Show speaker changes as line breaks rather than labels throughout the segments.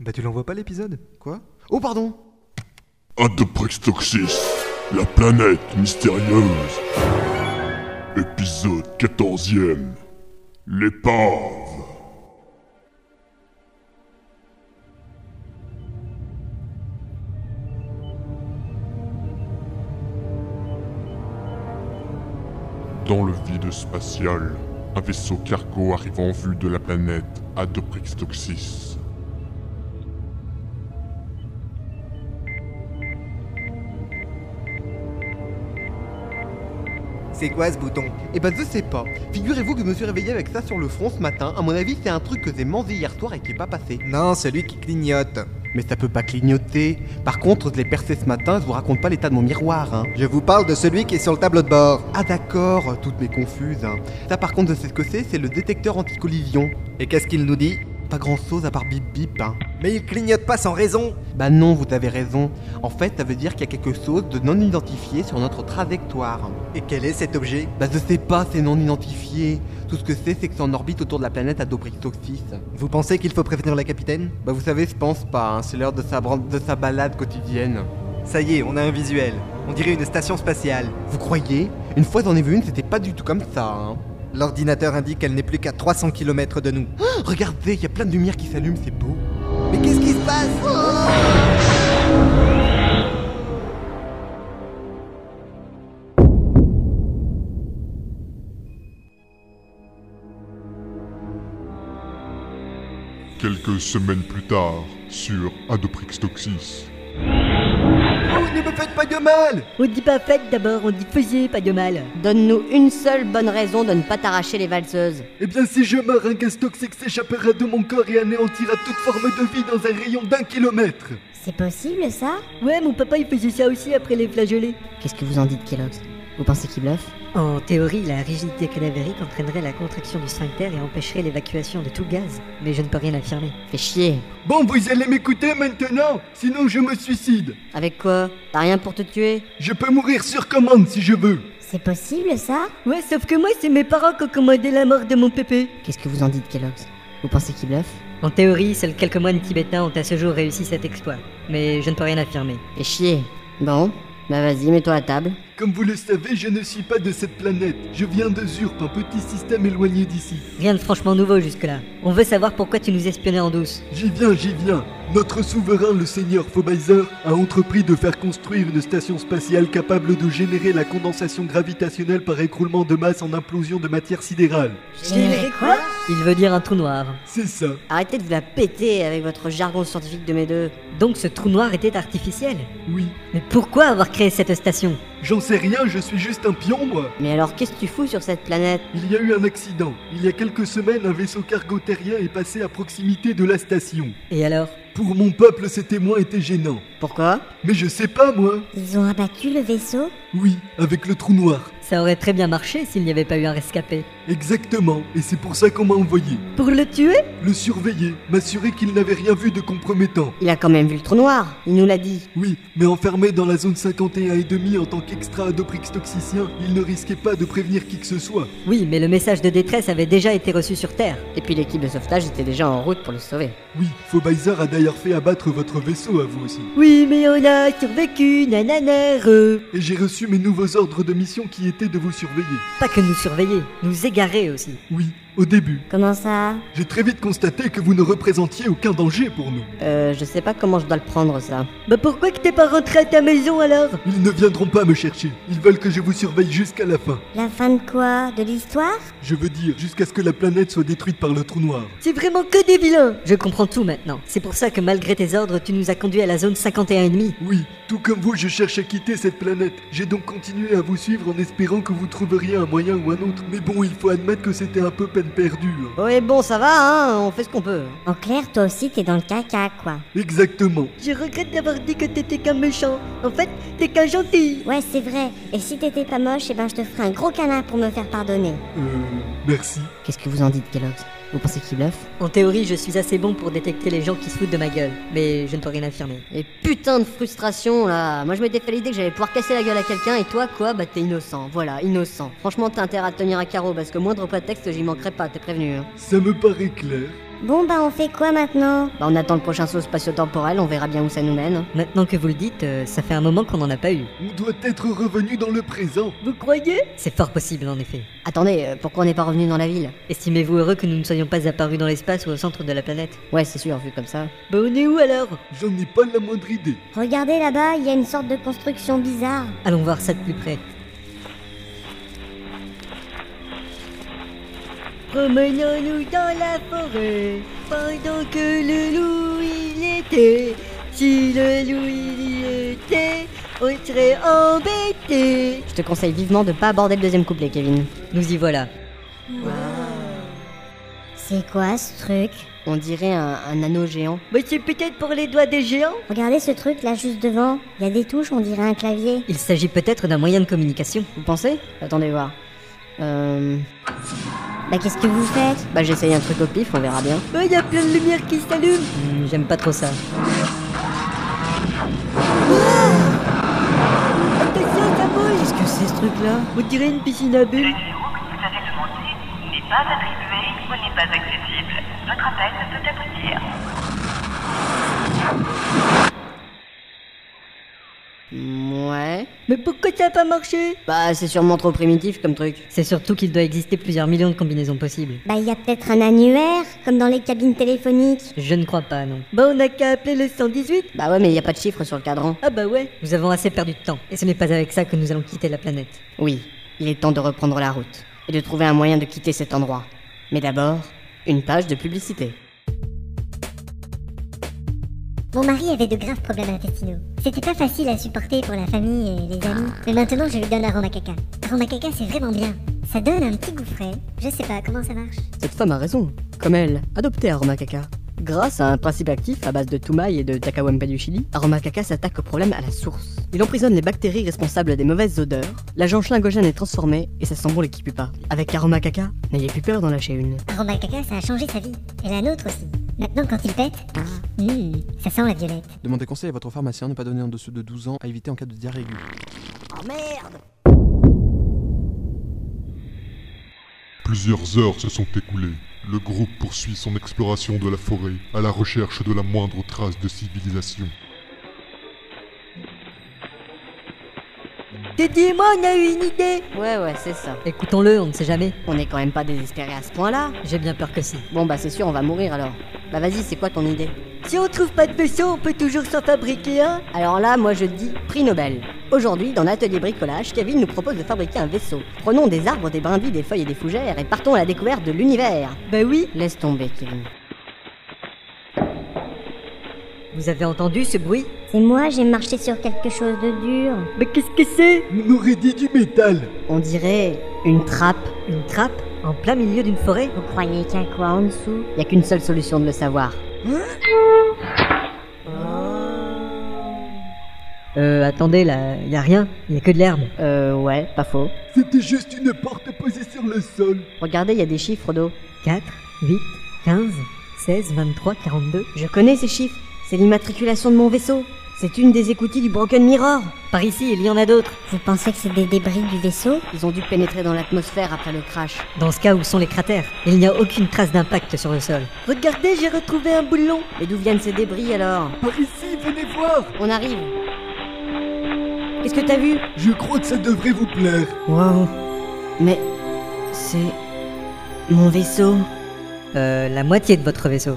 Bah tu l'envoies pas l'épisode
Quoi Oh, pardon
Adoprex Toxis, la planète mystérieuse. Épisode 14e. L'épave. Dans le vide spatial, un vaisseau cargo arrive en vue de la planète Adoprex Toxis.
C'est quoi ce bouton Eh ben je sais pas. Figurez-vous que je me suis réveillé avec ça sur le front ce matin. À mon avis, c'est un truc que j'ai mangé hier soir et qui est pas passé.
Non, celui qui clignote.
Mais ça peut pas clignoter. Par contre, je l'ai percé ce matin, je vous raconte pas l'état de mon miroir, hein.
Je vous parle de celui qui est sur le tableau de bord.
Ah d'accord, toutes mes confuses. hein. Ça par contre, je sais ce que c'est, c'est le détecteur anti-collision.
Et qu'est-ce qu'il nous dit
Pas grand chose à part bip bip, hein.
Mais il clignote pas sans raison.
Bah non, vous avez raison. En fait, ça veut dire qu'il y a quelque chose de non identifié sur notre trajectoire.
Et quel est cet objet
Bah je sais pas, c'est non identifié. Tout ce que c'est, c'est que c'est en orbite autour de la planète Adoprictoxis.
Vous pensez qu'il faut prévenir la capitaine
Bah vous savez, je pense pas, hein, c'est l'heure de sa, bran- de sa balade quotidienne.
Ça y est, on a un visuel. On dirait une station spatiale.
Vous croyez Une fois j'en ai vu une, c'était pas du tout comme ça. hein.
L'ordinateur indique qu'elle n'est plus qu'à 300 km de nous.
Ah, Regardez, il y a plein de lumières qui s'allument, c'est beau.
Mais qu'est-ce qui se passe
Oh,
Quelques semaines plus tard, sur Adoprix Toxis.
Oh, ne me faites pas de mal
On dit pas faites d'abord, on dit faisiez pas de mal.
Donne-nous une seule bonne raison de ne pas t'arracher les valseuses.
Eh bien, si je meurs, un gaz toxique s'échappera de mon corps et anéantira toute forme de vie dans un rayon d'un kilomètre.
C'est possible ça
Ouais, mon papa il faisait ça aussi après les flagellés.
Qu'est-ce que vous en dites, Kellogg's Vous pensez qu'il bluffe
En théorie, la rigidité cadavérique entraînerait la contraction du sphincter et empêcherait l'évacuation de tout gaz, mais je ne peux rien affirmer.
Fais chier.
Bon, vous allez m'écouter maintenant, sinon je me suicide.
Avec quoi T'as rien pour te tuer
Je peux mourir sur commande si je veux.
C'est possible ça
Ouais, sauf que moi c'est mes parents qui ont commandé la mort de mon pépé.
Qu'est-ce que vous en dites, Kellogg's Vous pensez qu'il bluffe
En théorie, seuls quelques moines tibétains ont à ce jour réussi cet exploit, mais je ne peux rien affirmer.
Fais chier. Bon, bah vas-y, mets-toi à table.
Comme vous le savez, je ne suis pas de cette planète. Je viens de Zurp, un petit système éloigné d'ici.
Rien de franchement nouveau jusque-là. On veut savoir pourquoi tu nous espionnais en douce.
J'y viens, j'y viens. Notre souverain, le seigneur Faubizer, a entrepris de faire construire une station spatiale capable de générer la condensation gravitationnelle par écroulement de masse en implosion de matière sidérale.
Générer quoi Il veut dire un trou noir.
C'est ça.
Arrêtez de vous la péter avec votre jargon scientifique de mes deux.
Donc ce trou noir était artificiel.
Oui.
Mais pourquoi avoir créé cette station
J'en sais rien, je suis juste un pion, moi.
Mais alors, qu'est-ce que tu fous sur cette planète
Il y a eu un accident. Il y a quelques semaines, un vaisseau cargo terrien est passé à proximité de la station.
Et alors
Pour mon peuple, ces témoins étaient gênants.
Pourquoi
Mais je sais pas, moi.
Ils ont abattu le vaisseau
Oui, avec le trou noir.
Ça aurait très bien marché s'il n'y avait pas eu un rescapé.
Exactement, et c'est pour ça qu'on m'a envoyé.
Pour le tuer
Le surveiller, m'assurer qu'il n'avait rien vu de compromettant.
Il a quand même vu le trou noir, il nous l'a dit.
Oui, mais enfermé dans la zone 51 et demi en tant qu'extra adoprix toxicien, il ne risquait pas de prévenir qui que ce soit.
Oui, mais le message de détresse avait déjà été reçu sur Terre.
Et puis l'équipe de sauvetage était déjà en route pour le sauver.
Oui, Faubizer a d'ailleurs fait abattre votre vaisseau à vous aussi.
Oui, mais on a survécu, nanana, re.
Et j'ai reçu mes nouveaux ordres de mission qui étaient de vous surveiller.
Pas que nous surveiller, nous égarer aussi.
Oui, au début,
Comment ça
j'ai très vite constaté que vous ne représentiez aucun danger pour nous.
Euh, je sais pas comment je dois le prendre, ça.
Bah pourquoi que t'es pas rentré à ta maison alors
Ils ne viendront pas me chercher. Ils veulent que je vous surveille jusqu'à la fin.
La fin de quoi De l'histoire
Je veux dire, jusqu'à ce que la planète soit détruite par le trou noir.
C'est vraiment que des vilains
Je comprends tout maintenant. C'est pour ça que malgré tes ordres, tu nous as conduits à la zone 51 et demi.
Oui, tout comme vous, je cherche à quitter cette planète. J'ai donc continué à vous suivre en espérant que vous trouveriez un moyen ou un autre. Mais bon, il faut admettre que c'était un peu peine perdue. hein.
Ouais, Oh, bon, ça va, hein, on fait ce qu'on peut.
En clair, toi aussi t'es dans le caca, quoi.
Exactement.
Je regrette d'avoir dit que t'étais qu'un méchant. En fait, t'es qu'un gentil.
Ouais, c'est vrai. Et si t'étais pas moche, eh ben je te ferai un gros câlin pour me faire pardonner.
Euh, merci.
Qu'est-ce que vous en dites, Kellogg's Vous pensez qu'il bluffe
En théorie, je suis assez bon pour détecter les gens qui se foutent de ma gueule, mais je ne peux rien affirmer.
Et putain de frustration, là Moi, je m'étais fait l'idée que j'allais pouvoir casser la gueule à quelqu'un, et toi, quoi Bah, t'es innocent, voilà, innocent. Franchement, t'as intérêt à te tenir à carreau, parce que moindre prétexte, j'y manquerai pas, t'es prévenu. hein.
Ça me paraît clair.
Bon bah on fait quoi maintenant
Bah on attend le prochain saut spatio-temporel, on verra bien où ça nous mène.
Maintenant que vous le dites, euh, ça fait un moment qu'on n'en a pas eu.
On doit être revenu dans le présent.
Vous croyez
C'est fort possible en effet.
Attendez, euh, pourquoi on n'est pas revenu dans la ville
Estimez-vous heureux que nous ne soyons pas apparus dans l'espace ou au centre de la planète
Ouais, c'est sûr, vu comme ça.
Bah on est où alors
J'en ai pas la moindre idée.
Regardez là-bas, il y a une sorte de construction bizarre.
Allons voir ça de plus près.
Promenons-nous dans la forêt pendant que le loup il était. Si le loup il y était, on serait embêté.
Je te conseille vivement de pas aborder le deuxième couplet, Kevin.
Nous y voilà.
C'est quoi ce truc
On dirait un, un anneau géant.
Mais c'est peut-être pour les doigts des géants
Regardez ce truc là juste devant. Il y a des touches, on dirait un clavier.
Il s'agit peut-être d'un moyen de communication.
Vous pensez Attendez voir. Euh...
Bah qu'est-ce que vous faites
Bah j'essaye un truc au pif, on verra bien.
Oh, il y a plein de lumière qui s'allume
Hmm, J'aime pas trop ça.
Ah Attention, ça bouge Qu'est-ce que c'est ce truc-là On dirait une piscine à bulles.
vous avez demandé n'est pas attribué ou n'est pas accessible. Votre appel ne peut aboutir.
Ouais.
Mais pourquoi ça n'a pas marché
Bah c'est sûrement trop primitif comme truc.
C'est surtout qu'il doit exister plusieurs millions de combinaisons possibles.
Bah il y a peut-être un annuaire, comme dans les cabines téléphoniques.
Je ne crois pas, non.
Bah on a qu'à appeler le 118
Bah ouais, mais y a pas de chiffre sur le cadran.
Ah bah ouais
Nous avons assez perdu de temps, et ce n'est pas avec ça que nous allons quitter la planète.
Oui, il est temps de reprendre la route et de trouver un moyen de quitter cet endroit. Mais d'abord, une page de publicité.
Mon mari avait de graves problèmes intestinaux. C'était pas facile à supporter pour la famille et les amis. Mais maintenant, je lui donne Aromacaca. Aromacaca, c'est vraiment bien. Ça donne un petit goût frais. Je sais pas comment ça marche.
Cette femme a raison. Comme elle, adoptée Aroma Caca. Grâce à un principe actif à base de toumaï et de Takawampa du Chili, Aroma Caca s'attaque au problème à la source. Il emprisonne les bactéries responsables des mauvaises odeurs, l'agent schlingogène est transformé et ça sent bon les kippupas. Avec Aroma Caca, n'ayez plus peur d'en lâcher une.
Aromacaca, ça a changé sa vie. Et la nôtre aussi. Maintenant, quand il pète, hmm, ça sent la violette.
Demandez conseil à votre pharmacien, ne pas donner en dessous de 12 ans, à éviter en cas de diarrhée aiguë.
Plusieurs heures se sont écoulées. Le groupe poursuit son exploration de la forêt à la recherche de la moindre trace de civilisation.
Teddy et moi on a eu une idée
Ouais, ouais, c'est ça.
Écoutons-le, on ne sait jamais.
On n'est quand même pas désespéré à ce point-là.
J'ai bien peur que si.
Bon, bah c'est sûr, on va mourir alors. Bah vas-y, c'est quoi ton idée
Si on trouve pas de vaisseau, on peut toujours s'en fabriquer un
Alors là, moi je dis prix Nobel. Aujourd'hui, dans l'atelier bricolage, Kevin nous propose de fabriquer un vaisseau. Prenons des arbres, des brindilles, des feuilles et des fougères et partons à la découverte de l'univers.
Bah oui
Laisse tomber, Kevin.
Vous avez entendu ce bruit
C'est moi, j'ai marché sur quelque chose de dur.
Mais qu'est-ce que c'est
On aurait dit du métal.
On dirait une trappe.
Une trappe En plein milieu d'une forêt
Vous croyez qu'il y a quoi en dessous
Y a qu'une seule solution de le savoir.
Euh, attendez, là, y a rien. Y a que de l'herbe.
Euh, ouais, pas faux.
C'était juste une porte posée sur le sol.
Regardez, il y a des chiffres d'eau.
4, 8, 15, 16, 23, 42.
Je connais ces chiffres. C'est l'immatriculation de mon vaisseau. C'est une des écoutilles du Broken Mirror.
Par ici, il y en a d'autres.
Vous pensez que c'est des débris du vaisseau
Ils ont dû pénétrer dans l'atmosphère après le crash.
Dans ce cas, où sont les cratères Il n'y a aucune trace d'impact sur le sol.
Regardez, j'ai retrouvé un boulon
Mais d'où viennent ces débris alors
Par ici, venez voir.
On arrive. Qu'est-ce que t'as vu
Je crois que ça devrait vous plaire.
Wow. Mais c'est mon vaisseau.
Euh, la moitié de votre vaisseau.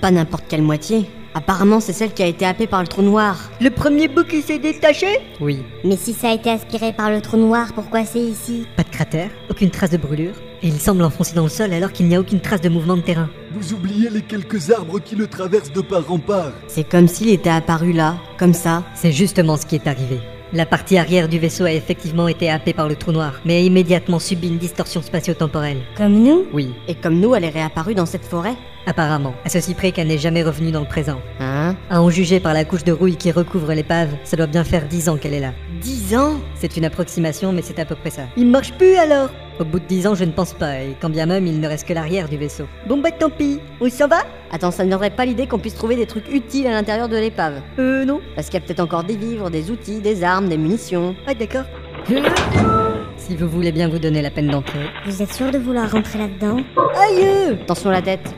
Pas n'importe quelle moitié. Apparemment, c'est celle qui a été happée par le trou noir.
Le premier bout qui s'est détaché
Oui.
Mais si ça a été aspiré par le trou noir, pourquoi c'est ici
Pas de cratère, aucune trace de brûlure. Et il semble enfoncé dans le sol alors qu'il n'y a aucune trace de mouvement de terrain.
Vous oubliez les quelques arbres qui le traversent de part en part.
C'est comme s'il était apparu là, comme ça.
C'est justement ce qui est arrivé. La partie arrière du vaisseau a effectivement été happée par le trou noir, mais a immédiatement subi une distorsion spatio-temporelle.
Comme nous
Oui,
Et comme nous, elle est réapparue dans cette forêt.
apparemment, à ceci près qu'elle n'est jamais revenue dans le présent.
Hein
À en juger par la couche de rouille qui recouvre l'épave, ça doit bien faire 10 ans qu'elle est là.
Dix ans
C'est une approximation, mais c'est à peu près ça.
Il marche plus alors
Au bout de 10 ans, je ne pense pas, et quand bien même, il ne reste que l'arrière du vaisseau.
Bon bah tant pis, on s'en va
Attends, ça ne viendrait pas l'idée qu'on puisse trouver des trucs utiles à l'intérieur de l'épave.
Euh non.
Parce qu'il y a peut-être encore des vivres, des outils, des armes, des munitions.
Ah d'accord.
Si vous voulez bien vous donner la peine d'entrer.
Vous êtes sûr de vouloir rentrer là-dedans
Aïe
Attention la tête.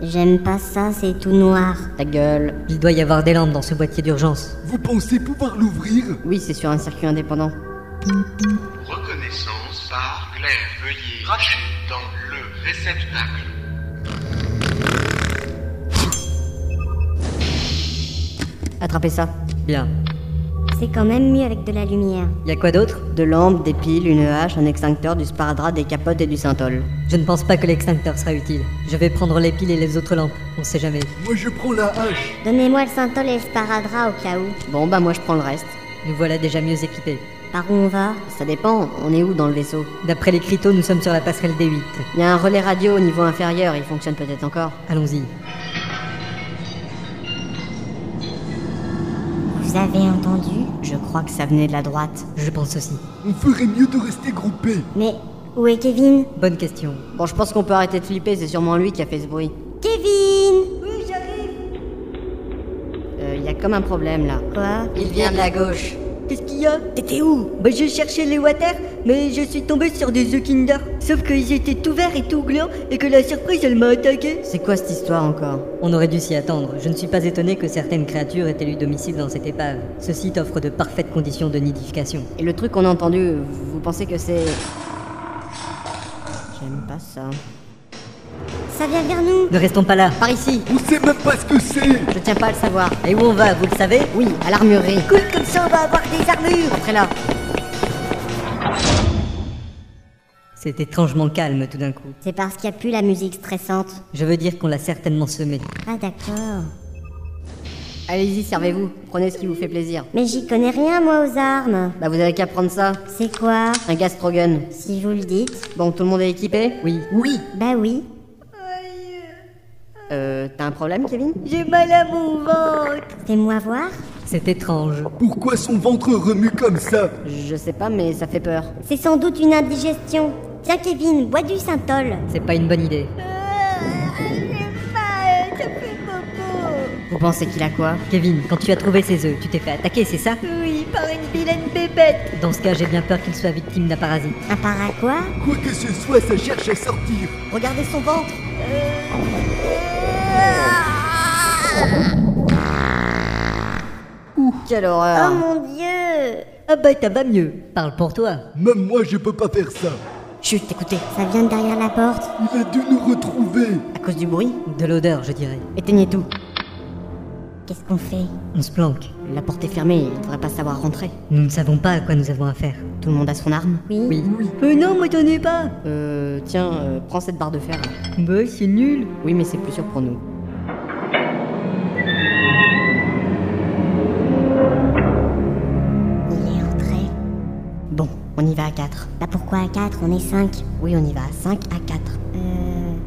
J'aime pas ça, c'est tout noir.
Ta gueule.
Il doit y avoir des lampes dans ce boîtier d'urgence.
Vous pensez pouvoir l'ouvrir
Oui, c'est sur un circuit indépendant.
Reconnaissance par Claire. Veuillez cracher dans le réceptacle.
Attrapez ça.
Bien.
C'est quand même mieux avec de la lumière.
Y a quoi d'autre
De lampes, des piles, une hache, un extincteur, du sparadrap, des capotes et du synthol.
Je ne pense pas que l'extincteur sera utile. Je vais prendre les piles et les autres lampes, on sait jamais.
Moi je prends la hache.
Donnez-moi le synthol et le sparadrap au cas où.
Bon bah moi je prends le reste.
Nous voilà déjà mieux équipés.
Par où on va
Ça dépend, on est où dans le vaisseau
D'après les cryptos, nous sommes sur la passerelle D8.
Il y a un relais radio au niveau inférieur, il fonctionne peut-être encore.
Allons-y.
Vous avez entendu
Je crois que ça venait de la droite.
Je pense aussi.
On ferait mieux de rester groupés.
Mais où est Kevin
Bonne question.
Bon, je pense qu'on peut arrêter de flipper, c'est sûrement lui qui a fait ce bruit.
Kevin
Oui, j'arrive
Euh, il y a comme un problème là.
Quoi
Il vient de la gauche.
Qu'est-ce qu'il y a T'étais où Bah je cherchais les water, mais je suis tombée sur des œufs Kinder. Sauf qu'ils étaient tout verts et tout gluants et que la surprise elle m'a attaqué.
C'est quoi cette histoire encore
On aurait dû s'y attendre. Je ne suis pas étonné que certaines créatures aient élu domicile dans cette épave. Ce site offre de parfaites conditions de nidification.
Et le truc qu'on a entendu, vous pensez que c'est. J'aime pas ça.
Ça vient vers nous
Ne restons pas là.
Par ici
On sait même pas ce que c'est.
Je tiens pas à le savoir.
Et où on va, vous le savez
Oui, à l'armurerie.
Cool, comme ça on va avoir des armures
Après là.
C'est étrangement calme tout d'un coup.
C'est parce qu'il y a plus la musique stressante.
Je veux dire qu'on l'a certainement semé.
Ah d'accord.
Allez-y, servez-vous. Prenez ce qui vous fait plaisir.
Mais j'y connais rien moi aux armes.
Bah, vous avez qu'à prendre ça.
C'est quoi
Un gastrogun.
Si vous le dites.
Bon, tout le monde est équipé
Oui.
Oui.
Bah oui.
Euh, t'as un problème, Kevin
J'ai mal à mon ventre
Fais-moi voir.
C'est étrange.
Pourquoi son ventre remue comme ça
Je sais pas, mais ça fait peur.
C'est sans doute une indigestion. Tiens Kevin, bois du synthol.
C'est pas une bonne idée.
J'ai faim, ça fait popo
Vous pensez qu'il a quoi
Kevin, quand tu as trouvé ces œufs, tu t'es fait attaquer, c'est ça
Oui, par une vilaine bébête
Dans ce cas, j'ai bien peur qu'il soit victime d'un parasite.
Un part à quoi
Quoi que ce soit, ça cherche à sortir.
Regardez son ventre Ouh, quelle horreur
Oh mon
Euh,
dieu
Ah bah, t'as pas mieux. Parle pour toi.
Même moi, je peux pas faire ça.
Chut, écoutez,
Ça vient de derrière la porte.
Il a dû nous retrouver.
à cause du bruit,
De l'odeur, je dirais.
éteignez tout.
Qu'est-ce qu'on fait
On se planque.
La porte est fermée, il devrait pas savoir rentrer.
Nous ne savons pas à quoi nous avons affaire.
Tout le monde a son arme
Oui.
Mais non, m'étonnez pas
Euh, tiens, euh, prends cette barre de fer. là.
Bah, c'est nul.
Oui, mais c'est plus sûr pour nous.
Il est entré.
Bon, on y va à 4.
Bah pourquoi à 4 On est 5.
Oui, on y va à 5 à 4.
Euh...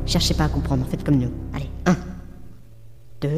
Cherchez pas à comprendre, faites comme nous. Allez, 1, 2,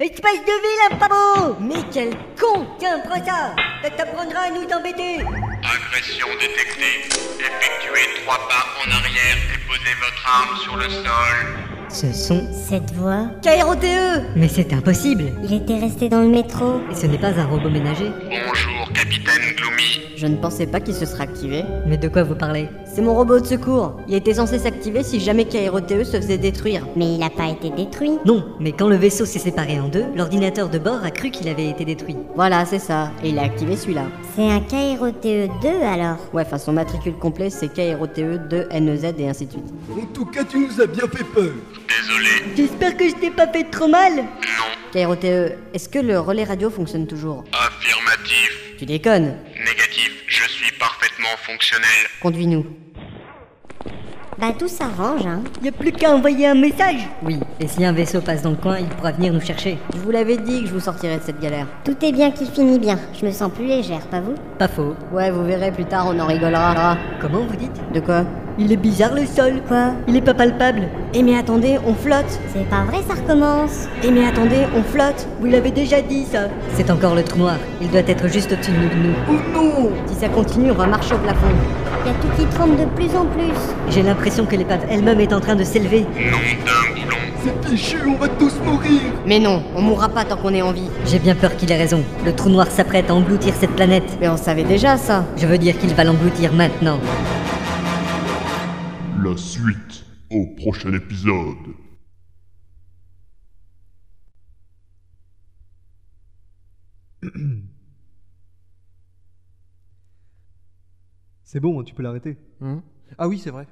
Espèce de vilain pavot Mais quel con Tiens, prends ça Ça t'apprendra à nous embêter
Agression détectée. Effectuez trois pas en arrière et posez votre arme sur le sol.
Ce son.
Cette voix
KROTE
Mais c'est impossible.
Il était resté dans le métro.
Et ce n'est pas un robot ménager.
Bonjour, capitaine Gloomy.
je ne pensais pas qu'il se serait activé.
Mais de quoi vous parlez
C'est mon robot de secours. Il était censé s'activer si jamais KROTE E se faisait détruire.
Mais il a pas été détruit.
Non, mais quand le vaisseau s'est séparé en deux, l'ordinateur de bord a cru qu'il avait été détruit.
Voilà, c'est ça. Et il a activé celui-là.
C'est un KROTE 2 E alors.
Ouais, enfin son matricule complet c'est KROTE 2 NEZ E et ainsi de suite.
En tout cas, tu nous as bien fait peur.
Désolé.
J'espère que je t'ai pas fait trop mal
Non.
KROTE, E, est-ce que le relais radio fonctionne toujours
Affirmatif.
Tu déconnes
Négatif. Je suis parfaitement fonctionnel.
Conduis-nous.
Bah tout s'arrange hein.
Y'a plus qu'à envoyer un message
Oui, et si un vaisseau passe dans le coin, il pourra venir nous chercher.
Je vous l'avais dit que je vous sortirais de cette galère.
Tout est bien qui finit bien. Je me sens plus légère, pas vous
Pas faux.
Ouais, vous verrez plus tard, on en rigolera.
Comment vous dites
De quoi
Il est bizarre le sol
Quoi
Il est pas palpable
Eh mais attendez, on flotte
C'est pas vrai, ça recommence
Eh mais attendez, on flotte
Vous l'avez déjà dit ça
C'est encore le trou noir. Il doit être juste au-dessus de nous.
Oh non
Si ça continue, on va marcher au plafond.
Y a tout qui tremble de plus en plus.
J'ai l'impression que l'épave elle-même est en train de s'élever.
Nom d'un boulon.
C'est fichu, on va tous mourir.
Mais non, on mourra pas tant qu'on est en vie.
J'ai bien peur qu'il ait raison. Le trou noir s'apprête à engloutir cette planète.
Mais on savait déjà ça.
Je veux dire qu'il va l'engloutir maintenant.
La suite au prochain épisode.
C'est bon, tu peux l'arrêter.
Ah oui, c'est vrai.